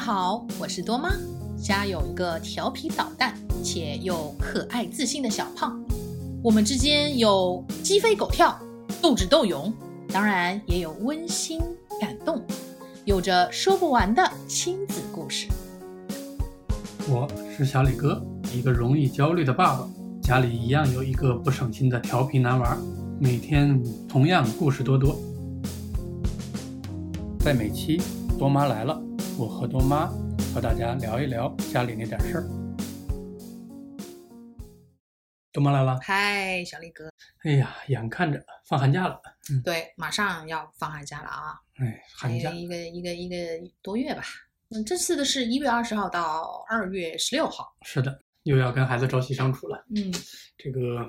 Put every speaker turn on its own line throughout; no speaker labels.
好，我是多妈，家有一个调皮捣蛋且又可爱自信的小胖，我们之间有鸡飞狗跳、斗智斗勇，当然也有温馨感动，有着说不完的亲子故事。
我是小李哥，一个容易焦虑的爸爸，家里一样有一个不省心的调皮男娃，每天同样故事多多。在每期《多妈来了》，我和多妈和大家聊一聊家里那点事儿。多妈来了，
嗨，小力哥，
哎呀，眼看着放寒假了，
对，马上要放寒假了啊，
哎，寒假
还有一个一个一个多月吧。嗯，这次的是一月二十号到二月十六号。
是的，又要跟孩子朝夕相处了，
嗯，
这个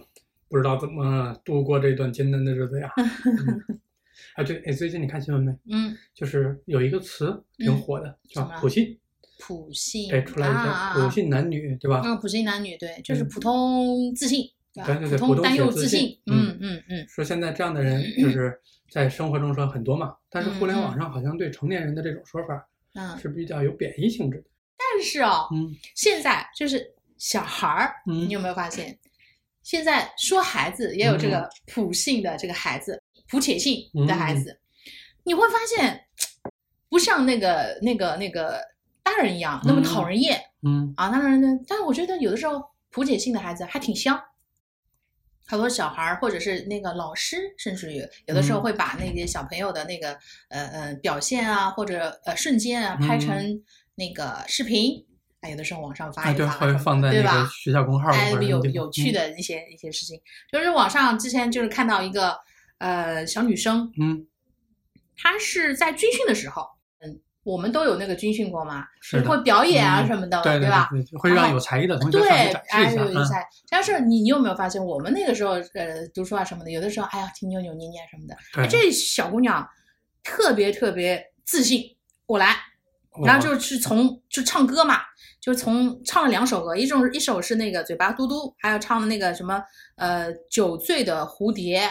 不知道怎么度过这段艰难的日子 呀。嗯、啊，对，哎，最近你看新闻没？
嗯，
就是有一个词挺火的，叫
什么
普信，
普信
哎，出来一
啊啊
下，
啊
普信男女，对吧？
嗯，普信男女对，就是
嗯
普通自信，啊
对对
普
对
通
普通
但
且
又
自
自
信
信，嗯
嗯
嗯嗯，
说现在这样 的人就是在生活中说很多嘛，但是互
嗯
联
嗯
网上好像对成年人的这种说法
嗯。
是比较有贬义性质的。
但是哦，
嗯
现在就是小孩儿，
嗯
你有没有发现，现在说孩子也有这
嗯
个普信的这个孩子，普且信的孩子，你会发现不像那个那个那个大人一样那么讨人厌
嗯
啊。当然呢，但我觉得有的时候普且信的孩子还挺香。好多小孩儿，或者是那个老师，甚至于有的时候
嗯
会把那些小朋友的那个、呃呃表现啊，或者呃瞬间啊拍
嗯
成那个视频，啊，有的时候往上发
啊，
一
对，
发什么
会
的，
放在
对
那
吧？
个学校公号
哎，
或者
有
什么地方
有趣，的一些一些事情，就是网上之前就是看到一个呃小女生，
嗯，嗯
她是在军训的时候，嗯，我们都有那个军训过嘛，
是的
会，表演啊
嗯
什么的，
对
吧？
对，对会让有才艺的同学
对
上去展，
哎，
示
有
一
一
下。嗯
下。但是你你有没有发现，我们那个时候呃读书啊什么的，有的时候哎呀挺扭扭捏捏什么的，哎
对，
这小姑娘特别特别自信，我来，
我
然后就是从就唱歌嘛，就从唱了两首歌，一种一首是那个嘴巴嘟嘟，还有唱的那个什么呃酒醉的蝴蝶，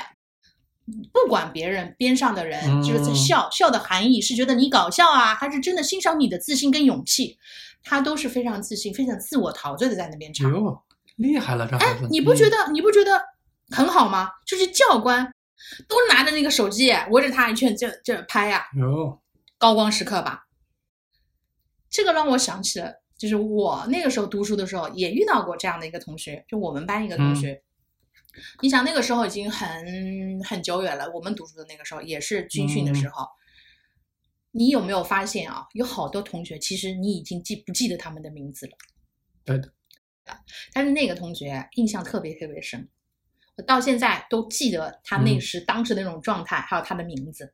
不管别人边上的人
嗯
就是在笑、笑的含义是觉得你搞笑啊，还是真的欣赏你的自信跟勇气，他都是非常自信、非常自我陶醉的在那边唱。
哟，厉害了，这
哎
孩子，，
你不觉
嗯
得、你不觉得很好吗？就是教官都拿着那个手机围着他一圈这这拍呀、
嗯哟，
高光时刻吧。这个让我想起了，就是我那个时候读书的时候也遇到过这样的一个同学，就我们班一个同学。你想那个时候已经很很久远了，我们读书的那个时候也是军训的时候。你有没有发现啊？有好多同学其实你已经记不记得他们的名字了？
对的，
但是那个同学啊印象特别特别深，我到现在都记得他那
嗯
时、当时的那种状态，还有他的名字。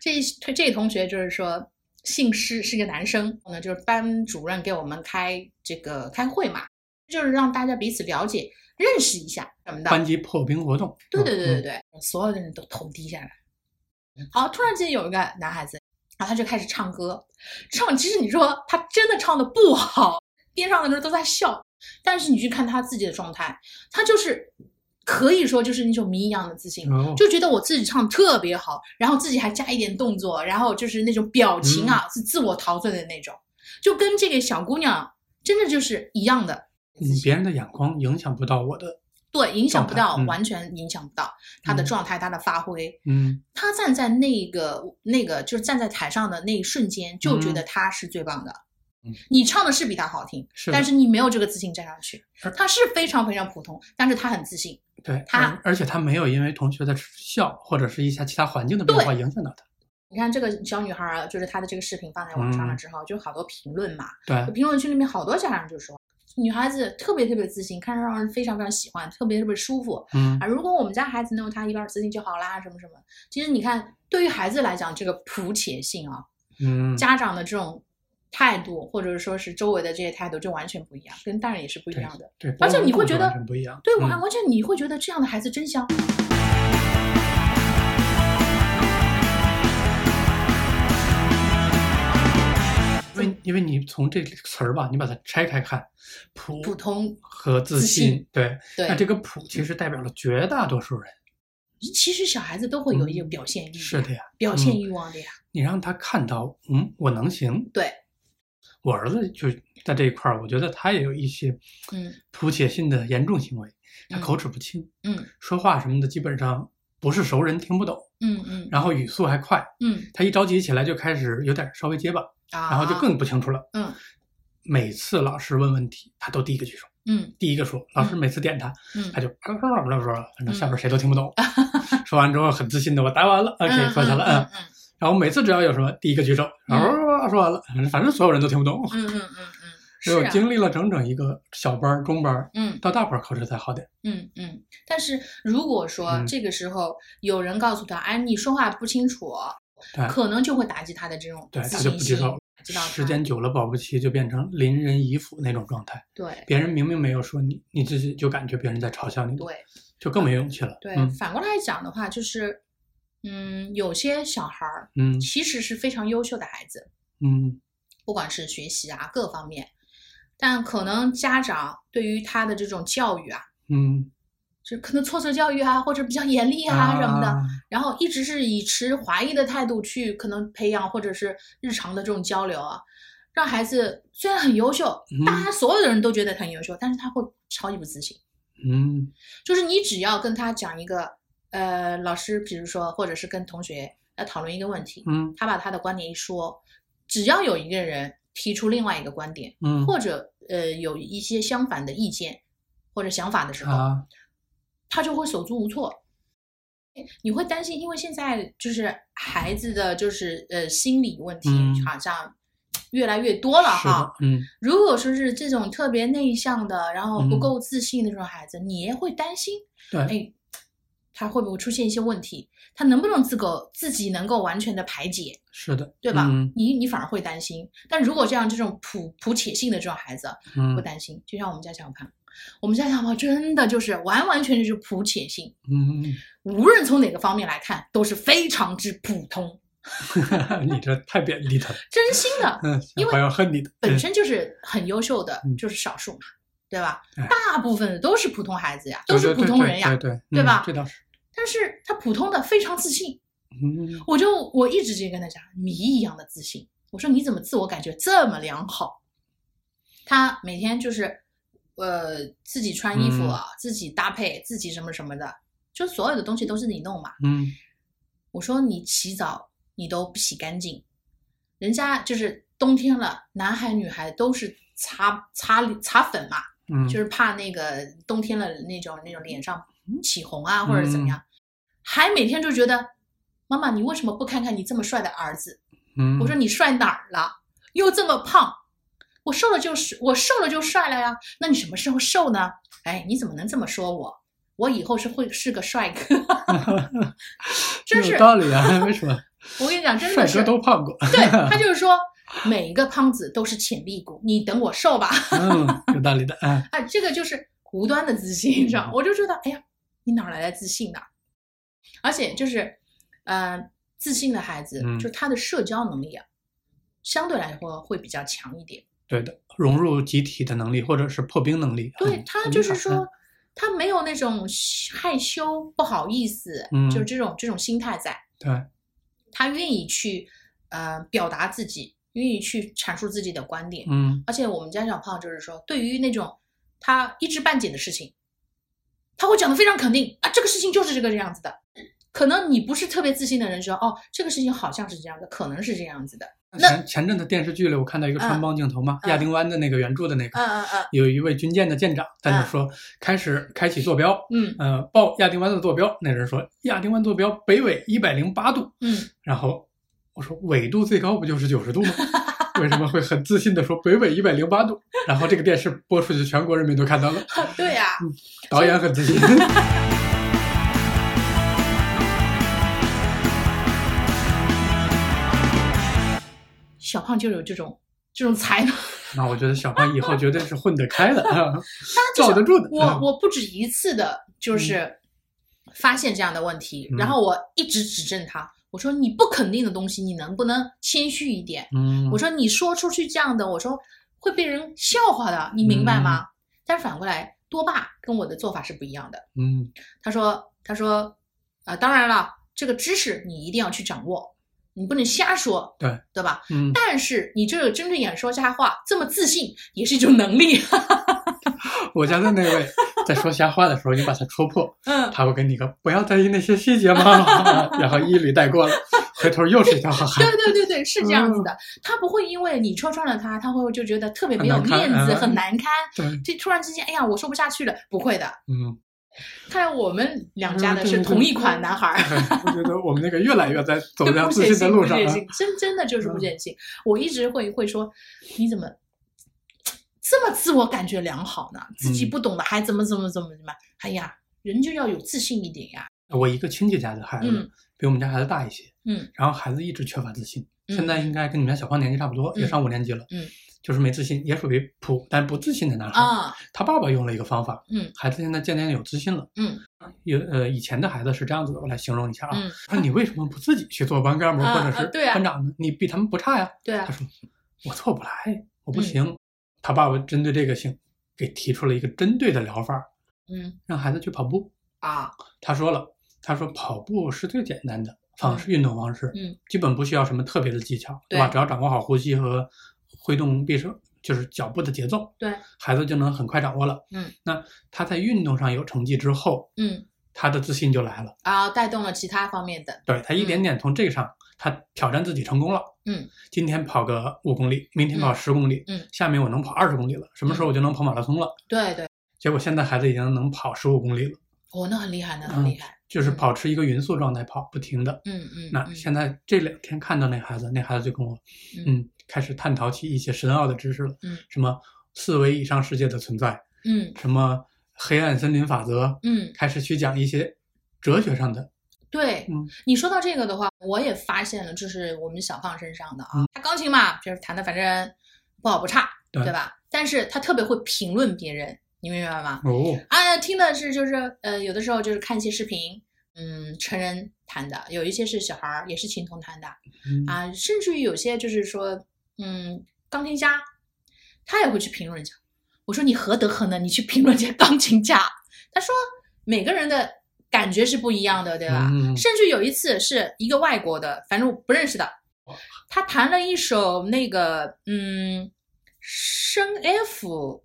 这这同学就是说姓施，是个男生。呢，就是班主任给我们开这个开会嘛，就是让大家彼此了解、认识一下什么的。
班级破冰活动，
对对对对
嗯，
对，所有的人都头低下来。好，突然间有一个男孩子，然后他就开始唱歌，唱其实你说他真的唱的不好，边上的人都在笑，但是你去看他自己的状态，他就是可以说就是那种谜一样的自信。
嗯哟，
就觉得我自己唱得特别好，然后自己还加一点动作，然后就是那种表情
嗯
啊，是自我陶醉的那种，就跟这个小姑娘真的就是一样的自
嗯
信。
别人的眼光影响不到我的，
对，影响不到
状，态嗯
完全影响不到他的
嗯
状态，他的发挥。
嗯，
他站在那个那个，就是站在台上的那一瞬间，就觉
嗯
得他是最棒的。
嗯
你唱的是比他好听，
是的
但是你没有这个自信站上去
而。
他是非常非常普通，但是他很自信。
对，
他
而而且他没有因为同学的笑或者是一些其他环境的变化影响到他，
你看这个小女孩儿啊，就是她的这个视频放在网上了
嗯
之后，就好多评论嘛。
对，
评论区里面好多家长就说，女孩子特别特别自信，看着让人非常非常喜欢，特别特别舒服。
嗯
啊，，如果我们家孩子能有他一半儿自信就好啦，什么什么。其实你看，对于孩子来讲，这个普且性啊，
嗯，
家长的这种态度，或者说是周围的这些态度，就完全不一样，跟大人也是不一样的。
对，
而且
包容
你会
度
觉
就
得
完全不一样，
对，
嗯
完完全你会觉得这样的孩子真香。
因为因为你从这个词儿吧，你把它拆开看，普
普通，
和自
自信
信，对，
对
那，这个普其实代表了绝大多数人，
其实小孩子都会有一种
嗯
表现欲，
是的呀，嗯
表现欲望的呀。
你让他看到，嗯，我能行，
对，
我儿子就在这一块儿，我觉得他也有一些
嗯
谱写性的严重行为，他口齿不清，
嗯
说话什么的基本上不是熟人听不懂，
嗯嗯
然后语速还快，
嗯，
他一着急起来就开始有点稍微结巴，
啊，
然后就更不清楚了。
嗯
每次老师问问题，他都第一个举手，
嗯
第一个说。老师每次点他，
嗯
他就啊啪啦啪啦啪啦啪啦，反正下边谁都听 不懂。说完之后很自信的，我答完了，OK，说下了，嗯。
嗯
然后每次只要有什么，第一个举手，然后说完了，反正所有人都听不懂。
嗯嗯嗯嗯，
所以我
是啊，
哎经历了整整一个小班儿、中班儿
嗯
到大班儿口齿才好点。
嗯嗯。但是如果说
嗯
这个时候有人告诉他，哎，你说话不清楚哦
对，
可能就会打击他的这种
哎对
自
他就
信
不接
心
受，
打击到他
时间久了，保不齐就变成邻人以腐那种状态。
对
别人明明没有说你，你自己就感觉别人在嘲笑你，
对
就更没勇气了。
对。
嗯
反过来讲的话，就是嗯，有些小孩儿
嗯
其实是非常优秀的孩子，
嗯
不管是学习啊各方面，但可能家长对于他的这种教育啊，
嗯
就可能挫折教育啊，或者比较严厉啊什么的，然后一直是以持怀疑的态度去可能培养或者是日常的这种交流啊，让孩子虽然很优秀，
嗯
大家所有的人都觉得他很优秀，但是他会超级不自信。
嗯
就是你只要跟他讲一个，呃，老师，比如说或者是跟同学要讨论一个问题，
嗯
他把他的观点一说，只要有一个人提出另外一个观点，
嗯
或者呃有一些相反的意见或者想法的时候，
啊
他就会手足无措。你会担心，因为现在就是孩子的就是呃心理问题
嗯
好像越来越多了
是
哈
的。，嗯
如果说是这种特别内向的，然后不
嗯
够自信的这种孩子，你也会担心，
对
哎，他会不会出现一些问题？他能不能自个自己能够完全的排解，
是的，
对吧？
嗯
你你反而会担心。但如果这样这种普普且性的这种孩子，不
嗯
担心。就像我们家小胖，我们家小胖真的就是完完全全是普且性。
嗯，
无论从哪个方面来看，都是非常之普通，
嗯 你这太贬低他了，
真心 的，
嗯，
因
小
为
朋友恨你的，
本身就是很优秀的
嗯，
就是少数嘛，对吧
哎？
大部分都是普通孩子呀，
对
都是
对
普
对
通
对
人呀
对。对
对
嗯
吧
这倒是，
但是他普通的非常自信，
嗯
我就我一直就跟他讲谜一样的自信，我说你怎么自我感觉这么良好？他每天就是呃自己穿衣
嗯
服啊，自己搭配，自己什么什么的，就所有的东西都是你弄嘛。
嗯
我说你洗澡你都不洗干净，人家就是冬天了，男孩女孩都是擦擦擦粉嘛，
嗯，
就是怕那个冬天了那种那种脸上起红啊或者
嗯
怎么样，还每天就觉得妈妈你为什么不看看你这么帅的儿子？
嗯，
我说你帅哪儿了？又这么胖，我瘦了就是我瘦了就帅了呀。那你什么时候瘦呢？哎，你怎么能这么说我？我以后是会是个帅哥， 真是
有道理啊， 为什么？
我跟你讲，真
帅
的是
哥都胖过，
对他就是说，每一个胖子都是潜力股，你等我瘦吧。
嗯，有道理的，哎，
啊，这个就是无端的自信，你知道吗？
嗯
我就觉得，哎呀，你哪儿来的自信啊？而且就是，呃，自信的孩子，
嗯
就他的社交能力啊，相对来说会比较强一点。
对的，融入集体的能力或者是破冰能力，
对
嗯
他就是，
嗯
说，他没有那种害羞、不好意思，
嗯
就是这种这种心态在，
对，
他愿意去呃表达自己，愿意去阐述自己的观点。
嗯
而且我们家小胖就是说，对于那种他一知半解的事情，他会讲的非常肯定啊，这个事情就是这个样子的。可能你不是特别自信的人说，哦，这个事情好像是这样的，可能是这样子的。那
前前阵子电视剧里我看到一个穿帮镜头嘛，
嗯
亚丁湾的那个原著的那个，
嗯嗯
有一位军舰的舰长在那说，开始开启坐标，
嗯
呃，报亚丁湾的坐标，那人说亚丁湾坐标北纬一百零八度，
嗯
然后我说纬度最高不就是九十度吗？ 为什么会很自信的说北纬一百零八度？然后这个电视播出去，全国人民都看到了，
嗯，对呀、
导演很自信。
小胖就有这种这种才 能。
那我觉得小胖以后绝对是混得开的，啊，
就
罩
是
得住的。啊
我我不止一次的就是发现这样的问题，
嗯
然后我一直指正他，我说你不肯定的东西，你能不能谦虚一点？
嗯，
我说你说出去这样的，我说会被人笑话的，你明白
嗯
吗？但是反过来，多爸跟我的做法是不一样的。
嗯
呃他说，他说，啊、当然了，这个知识你一定要去掌握，你不能瞎说，
对
对吧？
嗯，
但是你这睁着眼说瞎话，这么自信也是一种能 力。
我家的那位在说瞎话的时候，你把他戳破，
嗯，
他会跟你说不要在意那些细节嘛， 然后一缕带过了，回头又是一条好汉
对。对对对，是这样子的。他不会因为你戳穿了他，他会就觉得特别没有
嗯很
面
难堪
子，
嗯
很难堪。
对，
这突然之间，哎呀，我说不下去了。不会的，
嗯，
看来我们两家的
嗯对
是
对
同
对
一款男孩儿。
我觉得我们那个越来越在走
对
在
不
自
见
信的
性，
路
不
上啊
见
嗯了。
性，真真的就是不见性。我一直会会说，你怎么这么自我感觉良好呢？自己
嗯
不懂的还怎么怎么怎么怎么？哎呀，人就要有自信一点呀。
我一个亲戚家的孩子，
嗯
比我们家孩子大一些，
嗯，
然后孩子一直缺乏自信，
嗯
现在应该跟你们家小胖年纪差不多，
嗯
也上五年级了，
嗯，
就是没自信，也属于普但不自信的男孩。
啊，
他爸爸用了一个方法，
嗯
孩子现在渐渐有自信了。
嗯
有呃，以前的孩子是这样子的，我来形容一下啊，
嗯，
说你为什么不自己去做班干部
啊
或者
啊
是
对啊
班长呢？你比他们不差呀。
对啊
他，说我做不来，我不
嗯
行。他爸爸针对这个行，给提出了一个针对的疗法，
嗯
让孩子去跑步。
啊，
他说了，他说跑步是最简单的方式，运动方式，
嗯，
基本不需要什么特别的技巧，
对
吧？只要掌握好呼吸和挥动臂手，就是脚步的节奏，
对，
孩子就能很快掌握了。
嗯，
那他在运动上有成绩之后，
嗯
他的自信就来了。
啊，带动了其他方面的，
对他一点点从这个上，他挑战自己成功了。
嗯，
今天跑个五公里，明天跑
嗯
十公里，
嗯
下面我能跑二十公里了，什么时候我就能跑马拉松了？
对对，
结果现在孩子已经能跑十五公里了，
哦，那很厉害，那很厉害，
就是
嗯
保持一个匀速状态跑，不停的。
嗯嗯，
那
嗯
现在这两天看到那孩子，那孩子就跟我，
嗯
嗯，开始探讨起一些深奥的知识了，
嗯
什么四维以上世界的存在，
嗯
什么黑暗森林法则，
嗯，
开始去讲一些哲学上的，
对，
嗯
你说到这个的话，我也发现了，就是我们小胖身上的啊
嗯，
他钢琴嘛，就是弹的反正不好不差，
对
对吧？但是他特别会评论别人，你明白吗？
哦，
啊，听的是就是呃，有的时候就是看一些视频，嗯，成人弹的，有一些是小孩儿，也是琴童弹的
嗯
啊，甚至于有些就是说，嗯，钢琴家，他也会去评论一下。我说你何德何能，你去评论一下钢琴家？他说每个人的感觉是不一样的，对吧？
嗯
甚至有一次是一个外国的，反正我不认识的，
哦
他弹了一首那个嗯升 F，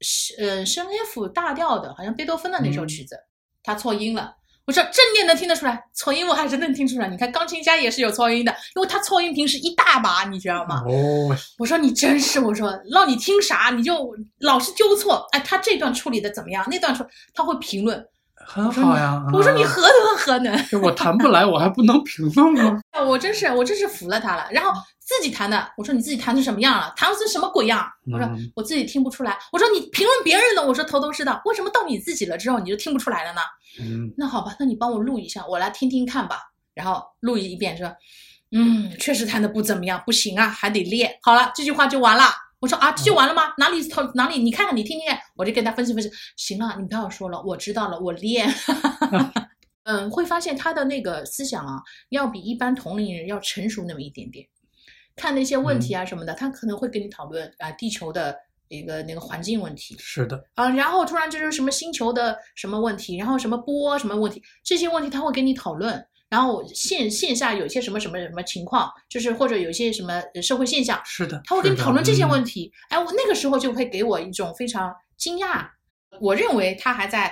是呃升 F 大调的，好像贝多芬的那首
嗯
曲子，他错音了。我说这你也能听得出来，错音我还是能听出来。你看钢琴家也是有错音的，因为他错音平时一大把，你知道吗？
哦，
我说你真是，我说让你听啥你就老是纠错。哎，他这段处理的怎么样？那段处他会评论。
很好呀。
我说你
啊
何德何能？
就我谈不来，我还不能评论吗？
啊，我真是我真是服了他了。然后自己弹的，我说你自己弹成什么样了？弹成什么鬼样？ 我说
嗯
我自己听不出来。我说你评论别人的，我说头头是道，为什么到你自己了之后你就听不出来了呢？
嗯，
那好吧，那你帮我录一下，我来听听看吧。然后录一遍说，嗯，确实弹的不怎么样，不行啊，还得练。好了，这句话就完了。我说啊，这就完了吗？哪里头哪里？你看看，你听听看，我就跟他分析分析。行了，你不要说了，我知道了，我练。嗯，会发现他的那个思想啊，要比一般同龄人要成熟那么一点点。看那些问题啊什么的，他可能会跟你讨论啊、地球的一个那个环境问题，
是的，
啊，然后突然就是什么星球的什么问题，然后什么波什么问题，这些问题他会跟你讨论。然后线线下有一些什么什么什么情况，就是或者有一些什么呃社会现象，
是的。
他会跟你
是的
讨论这些问
嗯
题。哎，我那个时候就会给我一种非常惊讶，我认为他还在，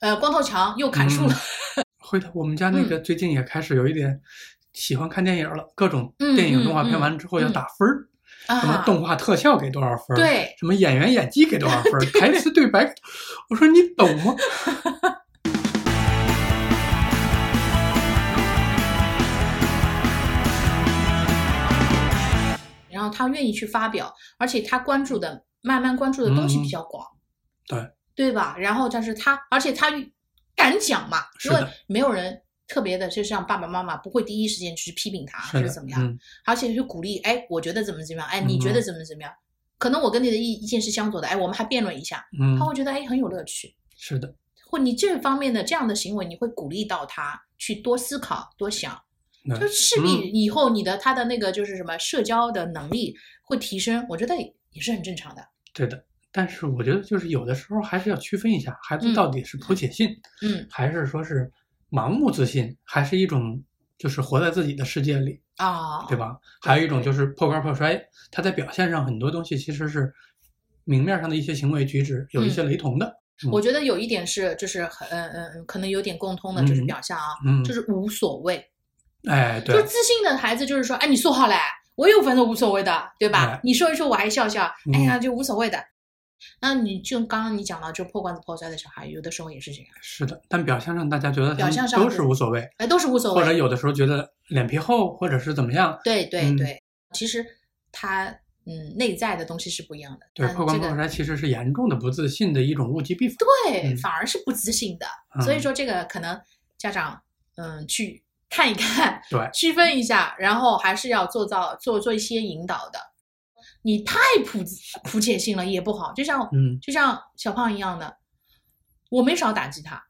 呃，光头强又砍树了。
会的，我们家那
嗯
个最近也开始有一点喜欢看电影了，各种
嗯
电影
嗯
动画片
嗯
完之后要
嗯
打分儿，什么
啊，
动画特效给多少分儿，
对，
什么演员演技给多少 分儿，台词对白，我说你懂吗？
然后他愿意去发表，而且他关注的慢慢关注的东西比较广，
嗯对
对吧？然后但是他，而且他敢讲嘛，
是
因
的
为没有人特别的，就像爸爸妈妈不会第一时间去批评他
是
还
的，
是怎么样，
嗯
而且去鼓励，哎，我觉得怎么怎么样，哎，
嗯
你觉得怎么怎么样？可能我跟你的意意见是相左的，哎，我们还辩论一下，他
嗯，
会觉得哎很有乐趣，
是的，
或你这方面的这样的行为，你会鼓励到他去多思考、多想。
那
就势必以后你的他的那个就是什么社交的能力会提升，我觉得也是很正常的。
对的。但是我觉得就是有的时候还是要区分一下，孩子
嗯
到底是谱写信，
嗯
还是说是盲目自信，还是一种就是活在自己的世界里，
啊，
对吧？还有一种就是破罐破摔，他在表现上很多东西其实是明面上的一些行为举止有一
嗯
些雷同的，
我觉得有一点是，就是很嗯嗯嗯，可能有点共通的，就是表象啊，
嗯，
就是无所谓。
哎，
就
对
自信的孩子就是说，哎，你说好嘞，我有反正无所谓的，对吧
哎？
你说一说，我还笑笑，
嗯
哎呀，就无所谓的。那你就刚刚你讲到，就破罐子破摔的小孩，有的时候也是这样，
是的，但表象上大家觉得他
表象
们
上
都
是
是无所谓，
哎，都是无所
或者
谓。
有的时候觉得脸皮厚，或者是怎么样，
对对
嗯
对，其实他嗯内在的东西是不一样的，
对
但
破
嗯
罐
这
破
个
摔其实是严重的不自信的一种物极必反。
对
嗯
反而是不自信的。
嗯
所以说这个可能家长嗯去看一看，
对
区分一下，然后还是要做到做做一些引导的。你太普普且性了也不好，就像
嗯，
就像小胖一样的，我没少打击他。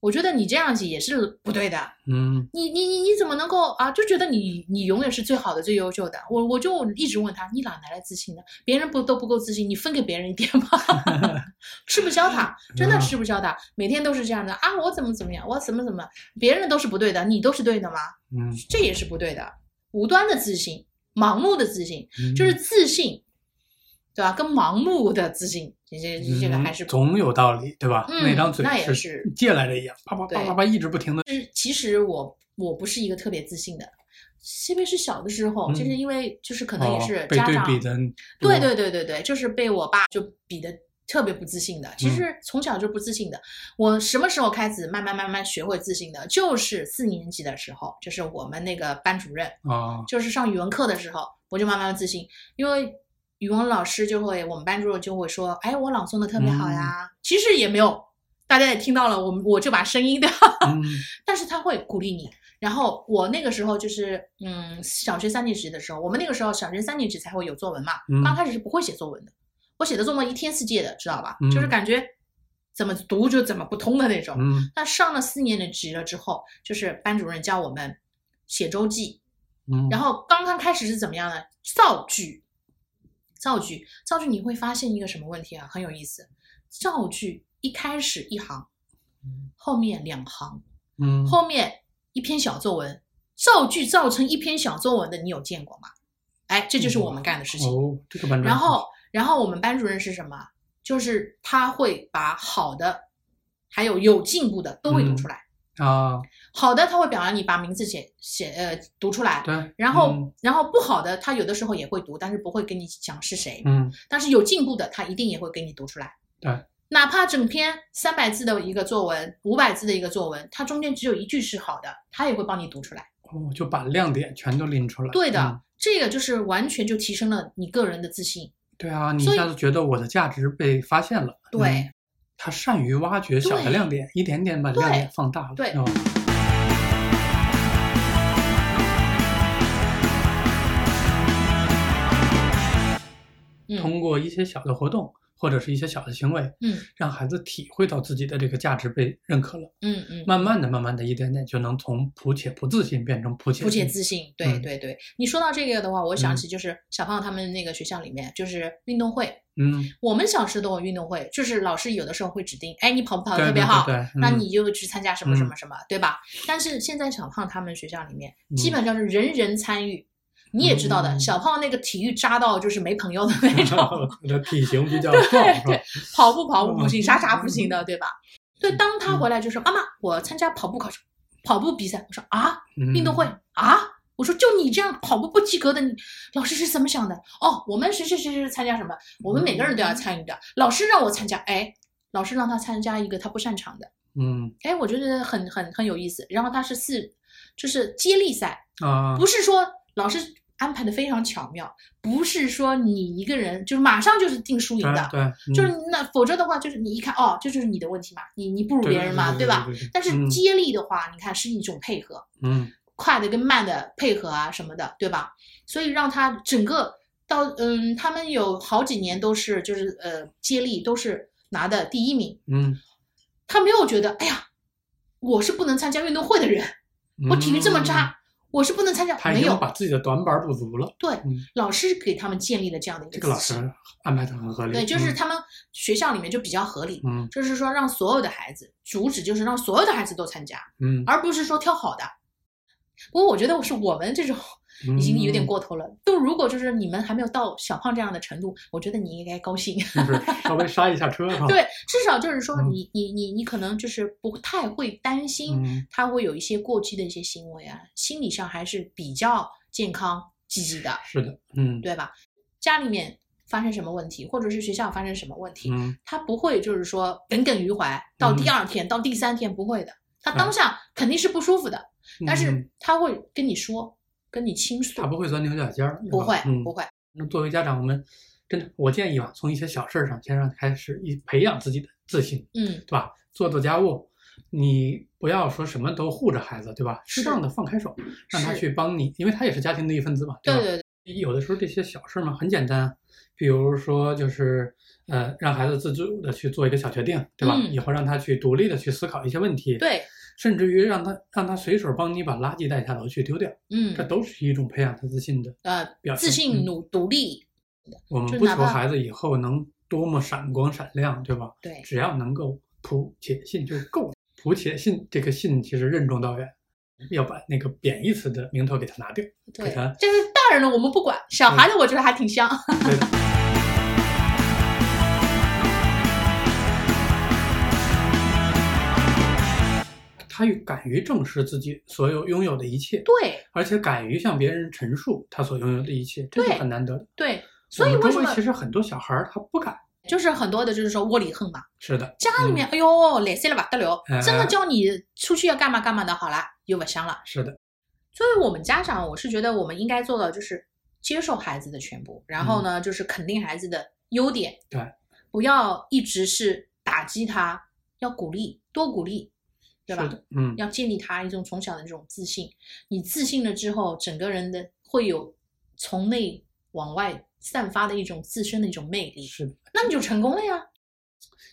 我觉得你这样子也是不对的，
嗯
你你你你怎么能够啊？就觉得你你永远是最好的、最优秀的。我我就一直问他，你哪来的自信呢？别人不都不够自信，你分给别人一点吧。 吃不消 他，真的
嗯
吃不消他，每天都是这样的啊！我怎么怎么样，我怎么怎么，别人都是不对的，你都是对的吗？
嗯，
这也是不对的。无端的自信，盲目的自信，
嗯
就是自信，对吧？跟盲目的自信，这这这个还是
嗯
不
总有道理，对吧？
嗯
那张嘴
那也是
是借来的一样，啪啪啪
对
啪啪，一直不停的。
就是其实我我不是一个特别自信的，特别是小的时候，
嗯
就是因为就是可能也
哦
是
被
家
对
长，
比的，
对对对对对，就是被我爸就比的特别不自信的。
嗯
其实从小就不自信的。我什么时候开始慢慢慢慢学会自信的？就是四年级的时候，就是我们那个班主任，
啊，
就是上语文课的时候，我就慢慢自信，因为。语文老师就会，我们班主任就会说：“哎，我朗诵的特别好呀。
嗯
其实也没有，大家也听到了，我们我这把声音的，
嗯
但是他会鼓励你。然后我那个时候就是，嗯，小学三年级的时候，我们那个时候小学三年级才会有作文嘛，
嗯
刚开始是不会写作文的。我写的作文一天四届的，知道吧？
嗯
就是感觉怎么读就怎么不通的那种。
嗯
但上了四年级了之后，就是班主任教我们写周记，
嗯，
然后刚刚开始是怎么样呢？造句，造句，造句，你会发现一个什么问题啊？很有意思，造句一开始一行，后面两行。
嗯
后面一篇小作文，造句造成一篇小作文的，你有见过吗？哎，这就是我们干的事情。
哦，这个班主任
然后，然后我们班主任是什么？就是他会把好的，还有有进步的都会读出来。
啊，
好的，他会表扬你，把名字写写呃读出来。
对，
然后，
嗯
然后不好的，他有的时候也会读，但是不会跟你讲是谁。
嗯
但是有进步的，他一定也会给你读出来。
对，
哪怕整篇三百字的一个作文，五百字的一个作文，它中间只有一句是好的，他也会帮你读出来。
哦，就把亮点全都拎出来。
对的，
嗯
这个就是完全就提升了你个人的自信。
对啊，你
所
一
以
下子觉得我的价值被发现了。
对
嗯他善于挖掘小的
对
亮点，一点点把亮
对
点放大了。
对
哦
嗯
通过一些小的活动或者是一些小的行为，
嗯
让孩子体会到自己的这个价值被认可了。
嗯嗯，
慢慢的、慢慢的，一点点就能从普且不自信变成普且
不且
信
自信。对
嗯
对对，你说到这个的话，我想
嗯
起就是小胖他们那个学校里面就是运动会，
嗯，
我们小时候都有运动会，就是老师有的时候会指定，哎，你跑不跑得
对
特别好，
对对对
那
嗯
你就去参加什么什么什么，对吧？但是现在小胖他们学校里面，基
嗯
本上是人人参与。你也知道的，
嗯
小胖那个体育渣到就是没朋友的那种，
他的体型比较壮，是吧
对跑步跑步不
嗯
行，啥啥不行的，对吧？对，当他回来就说：“妈妈，我参加跑步考试，跑步比赛。”我说：“啊，
嗯
运动会啊？”我说：“就你这样跑步不及格的，你老师是怎么想的？哦，我们谁谁谁谁参加什么，我们每个人
嗯
都要参与的。老师让我参加，哎，老师让他参加一个他不擅长的，
嗯
哎，我觉得很很很有意思。然后他是四，就是接力赛，
啊，
不是说老师安排的非常巧妙，不是说你一个人就是马上就是定输赢的，
对，对
就是
嗯
你那否则的话，就是你一看哦，这就是你的问题嘛，你你不如
对
别人嘛，
对
吧？？
对
但是
嗯
接力的话，你看是一种配合，
嗯
快的跟慢的配合啊什么的，对吧？所以让他整个到嗯，他们有好几年都是就是呃接力都是拿的第一名，
嗯，
他没有觉得哎呀，我是不能参加运动会的人，我体育这么
嗯，
渣，我是不能参加，
他已
没有
经把自己的短板补足了。
对
嗯
老师给他们建立了这样的一
这
个
个老
自
师
信
安排的很合理。
对，就是
嗯
他们学校里面就比较合理，
嗯
就是说让所有的孩子，主旨就是让所有的孩子都参加，
嗯
而不是说挑好的。不过我觉得是我们这种
嗯
已经有点过头了。都如果就是你们还没有到小胖这样的程度，我觉得你应该高兴。
就是稍微刹一下车 哈。
对，至少就是说
哦嗯
你、你你你可能就是不太会担心
嗯，
他会有一些过激的一些行为啊，心理上还是比较健康积极的，
是的，嗯
对吧？家里面发生什么问题，或者是学校发生什么问题，
嗯，
他不会就是说耿耿于怀，到第二天、到第三天不会的，他当下肯定是不舒服的，但是
嗯
他会跟你说，跟你倾诉
他，不会钻牛角尖儿，
不会
是吧嗯
不会，
那作为家长，我们真的，我建议吧，从一些小事儿上先让开始，一培养自己的自信，
嗯，
对吧？做做家务，你不要说什么都护着孩子，对吧？
是
适当的放开手，让他
是
去帮你，因为他也是家庭的一份子嘛，
对
吧？
对对，
有的时候这些小事儿嘛，很简单啊，比如说就是呃，让孩子自主的去做一个小决定，对吧？
嗯
以后让他去独立的去思考一些问题，，
对，
甚至于让他让他随手帮你把垃圾带下楼去丢掉，这
嗯，
都是一种培养他自信的。
呃，
表
自
现
信、
嗯
努独立，
我们
就
不
哪
求
怕
孩子以后能多么闪光闪亮，对吧？
对，
只要能够普且信就够了。普且信这个信其实任重道远，要把那个贬义词的名头给它拿掉。
对
给他，
这是大人的我们不管，小孩的我觉得还挺 香。
对，他与敢于正视自己所有拥有的一切，
对
而且敢于向别人陈述他所拥有的一切，这是
对
很难得的。
对，所以
我
为
们
什
周围
么
其实很多小孩儿他不敢。
就是很多的就是说窝里横嘛，
是的，
家里面、哎呦懒散了不得了
嗯哎，
真的叫你出去要干嘛干嘛的，好啦，又不香了。
是的，
作为我们家长，我是觉得我们应该做的就是接受孩子的全部，然后呢，就是肯定孩子的优点，
嗯对，
不要一直是打击他，要鼓励，多鼓励，对吧
是？的，嗯，
要建立他一种从小的这种自信。你自信了之后，整个人的会有从内往外散发的一种自身的一种魅力，
是的。
那你就成功了呀。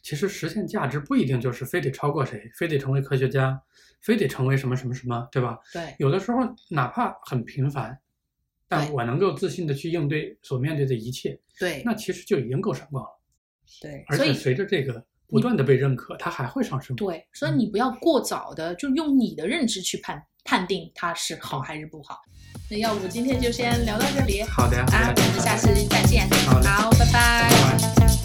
其实实现价值不一定就是非得超过谁，非得成为科学家，非得成为什么什么什么，对吧？
对，
有的时候哪怕很平凡，但我能够自信的去应对所面对的一切，
对，
那其实就已经够闪光了。
对，
而
所
且
以
随着这个不断的被认可，它还会上升。
对，所以
嗯
你不要过早的就用你的认知去判判定它是好还是不好。那要不今天就先聊到这里啊，
好的呀，好的呀
我们下期再见。
好嘞
好，拜拜
拜拜